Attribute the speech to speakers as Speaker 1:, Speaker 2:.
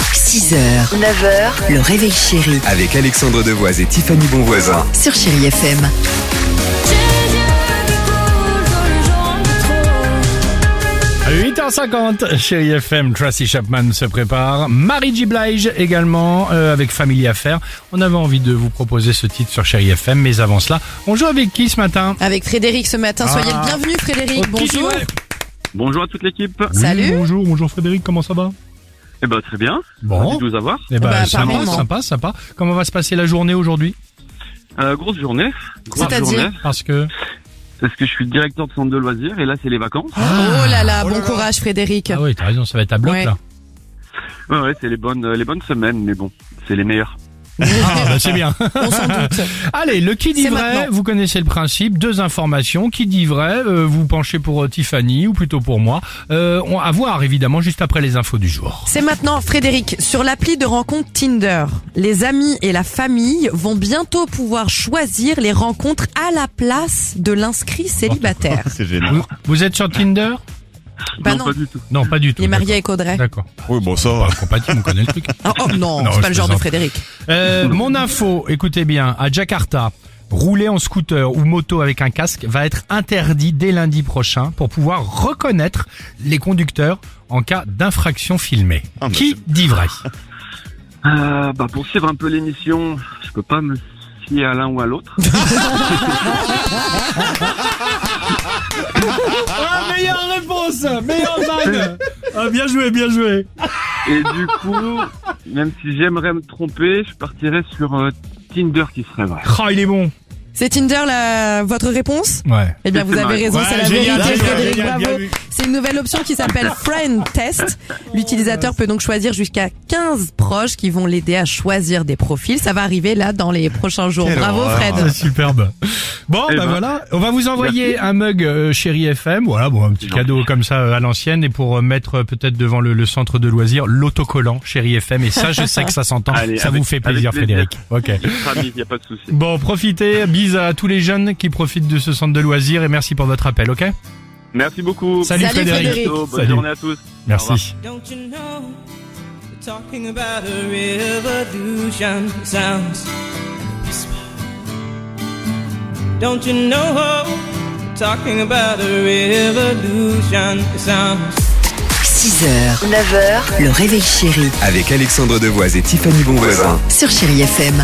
Speaker 1: 6h, 9h, le réveil chéri
Speaker 2: Avec Alexandre Devoise et Tiffany Bonvoisin.
Speaker 1: sur Chéri FM.
Speaker 3: J'ai du cool dans le genre de trop.
Speaker 4: 8h50, chérie FM, Tracy Chapman se prépare. Marie G. Blige également, euh, avec Family Affaires. On avait envie de vous proposer ce titre sur chérie FM, mais avant cela, on joue avec qui ce matin
Speaker 5: Avec Frédéric ce matin. Soyez
Speaker 4: Ah.
Speaker 5: le bienvenu, Frédéric.
Speaker 4: Oh, qui
Speaker 5: Bonjour.
Speaker 4: dit ouais
Speaker 6: Bonjour à toute l'équipe.
Speaker 4: Oui,
Speaker 5: Salut.
Speaker 4: Bonjour, bonjour Frédéric, comment ça va
Speaker 6: Eh ben très bien.
Speaker 4: Bon.
Speaker 6: Ravi de vous avoir.
Speaker 4: Eh ben,
Speaker 5: Bah,
Speaker 4: sympa,
Speaker 5: apparemment.
Speaker 4: sympa, sympa. Comment va se passer la journée aujourd'hui
Speaker 6: Euh, grosse journée. Grosse
Speaker 5: C'est-à-dire
Speaker 6: journée.
Speaker 4: Parce que...
Speaker 6: Parce que je suis directeur de centre de loisirs et là c'est les vacances.
Speaker 5: Oh là là, bon courage, Frédéric.
Speaker 4: Ah oui, t'as raison, ça va être à bloc
Speaker 5: Ouais.
Speaker 4: là.
Speaker 6: Ouais, ouais c'est les bonnes euh, les bonnes semaines mais bon c'est les meilleures.
Speaker 4: Ah, bah, c'est bien.
Speaker 5: On s'en doute.
Speaker 4: Allez, le qui dit
Speaker 5: C'est
Speaker 4: vrai,
Speaker 5: maintenant.
Speaker 4: vous connaissez le principe, deux informations, qui dit vrai, euh, vous penchez pour euh, Tiffany ou plutôt pour moi, euh, on, à voir évidemment juste après les infos du jour.
Speaker 5: C'est maintenant, Frédéric, sur l'appli de rencontre Tinder, les amis et la famille vont bientôt pouvoir choisir les rencontres à la place de l'inscrit célibataire.
Speaker 7: C'est gênant.
Speaker 4: Vous, vous êtes sur Tinder
Speaker 5: Bah non.
Speaker 6: pas du tout.
Speaker 4: Non, pas du tout.
Speaker 5: Il est marié avec Audrey.
Speaker 4: D'accord.
Speaker 7: Oui, bon, ça va.
Speaker 4: D'accord. Compatible, on connaît le truc.
Speaker 5: Oh, oh, non,
Speaker 4: Non,
Speaker 5: c'est
Speaker 4: je
Speaker 5: pas le genre de
Speaker 4: plaisante.
Speaker 5: Frédéric.
Speaker 4: Euh, mon info, écoutez bien, à Jakarta, rouler en scooter ou moto avec un casque va être interdit dès lundi prochain pour pouvoir reconnaître les conducteurs en cas d'infraction filmée.
Speaker 7: Ah, bah,
Speaker 4: Qui dit vrai
Speaker 6: Euh, bah pour suivre un peu l'émission je peux pas me fier à l'un ou à l'autre.
Speaker 4: Ah, Meilleure réponse Meilleure blague Bien joué, bien joué
Speaker 6: Et du coup même si j'aimerais me tromper je partirais sur euh, Tinder qui serait vrai.
Speaker 4: Oh, il est bon
Speaker 5: C'est Tinder la... votre réponse
Speaker 4: Ouais.
Speaker 5: Eh bien, vous avez raison, c'est la vérité, Frédéric. Bravo. C'est une nouvelle option qui s'appelle Friend Test. L'utilisateur peut donc choisir jusqu'à 15 proches qui vont l'aider à choisir des profils. Ça va arriver là dans les prochains jours.
Speaker 7: Quelle
Speaker 5: Bravo
Speaker 7: horreur.
Speaker 5: Fred.
Speaker 4: C'est superbe. Bon,
Speaker 6: Ah, Eh
Speaker 4: bah
Speaker 6: ben.
Speaker 4: voilà, on va vous envoyer un mug euh, Chéri FM, voilà, bon, un petit
Speaker 6: Gentil.
Speaker 4: cadeau comme ça euh, à l'ancienne et pour euh, mettre euh, peut-être devant le, le centre de loisirs l'autocollant Chéri FM et ça, je sais que ça s'entend,
Speaker 6: Allez,
Speaker 4: Oh, ça
Speaker 6: avec-
Speaker 4: vous fait plaisir,
Speaker 6: avec plaisir.
Speaker 4: Frédéric. Ok.
Speaker 6: Il sera mis, y a pas de souci.
Speaker 4: Bon, profitez, bise à tous les jeunes qui profitent de ce centre de loisirs et merci pour votre appel, ok
Speaker 6: Merci beaucoup.
Speaker 4: Salut,
Speaker 5: Salut,
Speaker 4: Frédéric.
Speaker 6: À bientôt. Bonne
Speaker 4: Salut.
Speaker 6: journée à tous. Au revoir.
Speaker 4: Merci.
Speaker 8: Don't you know? we're Talking about a revolution sounds like a whisper. Don't you know? we're Talking about a revolution sounds.
Speaker 1: 6h, 9h, le réveil chéri
Speaker 2: Avec Alexandre Devoise et Tiffany Bonvoisin.
Speaker 1: sur Chéri FM.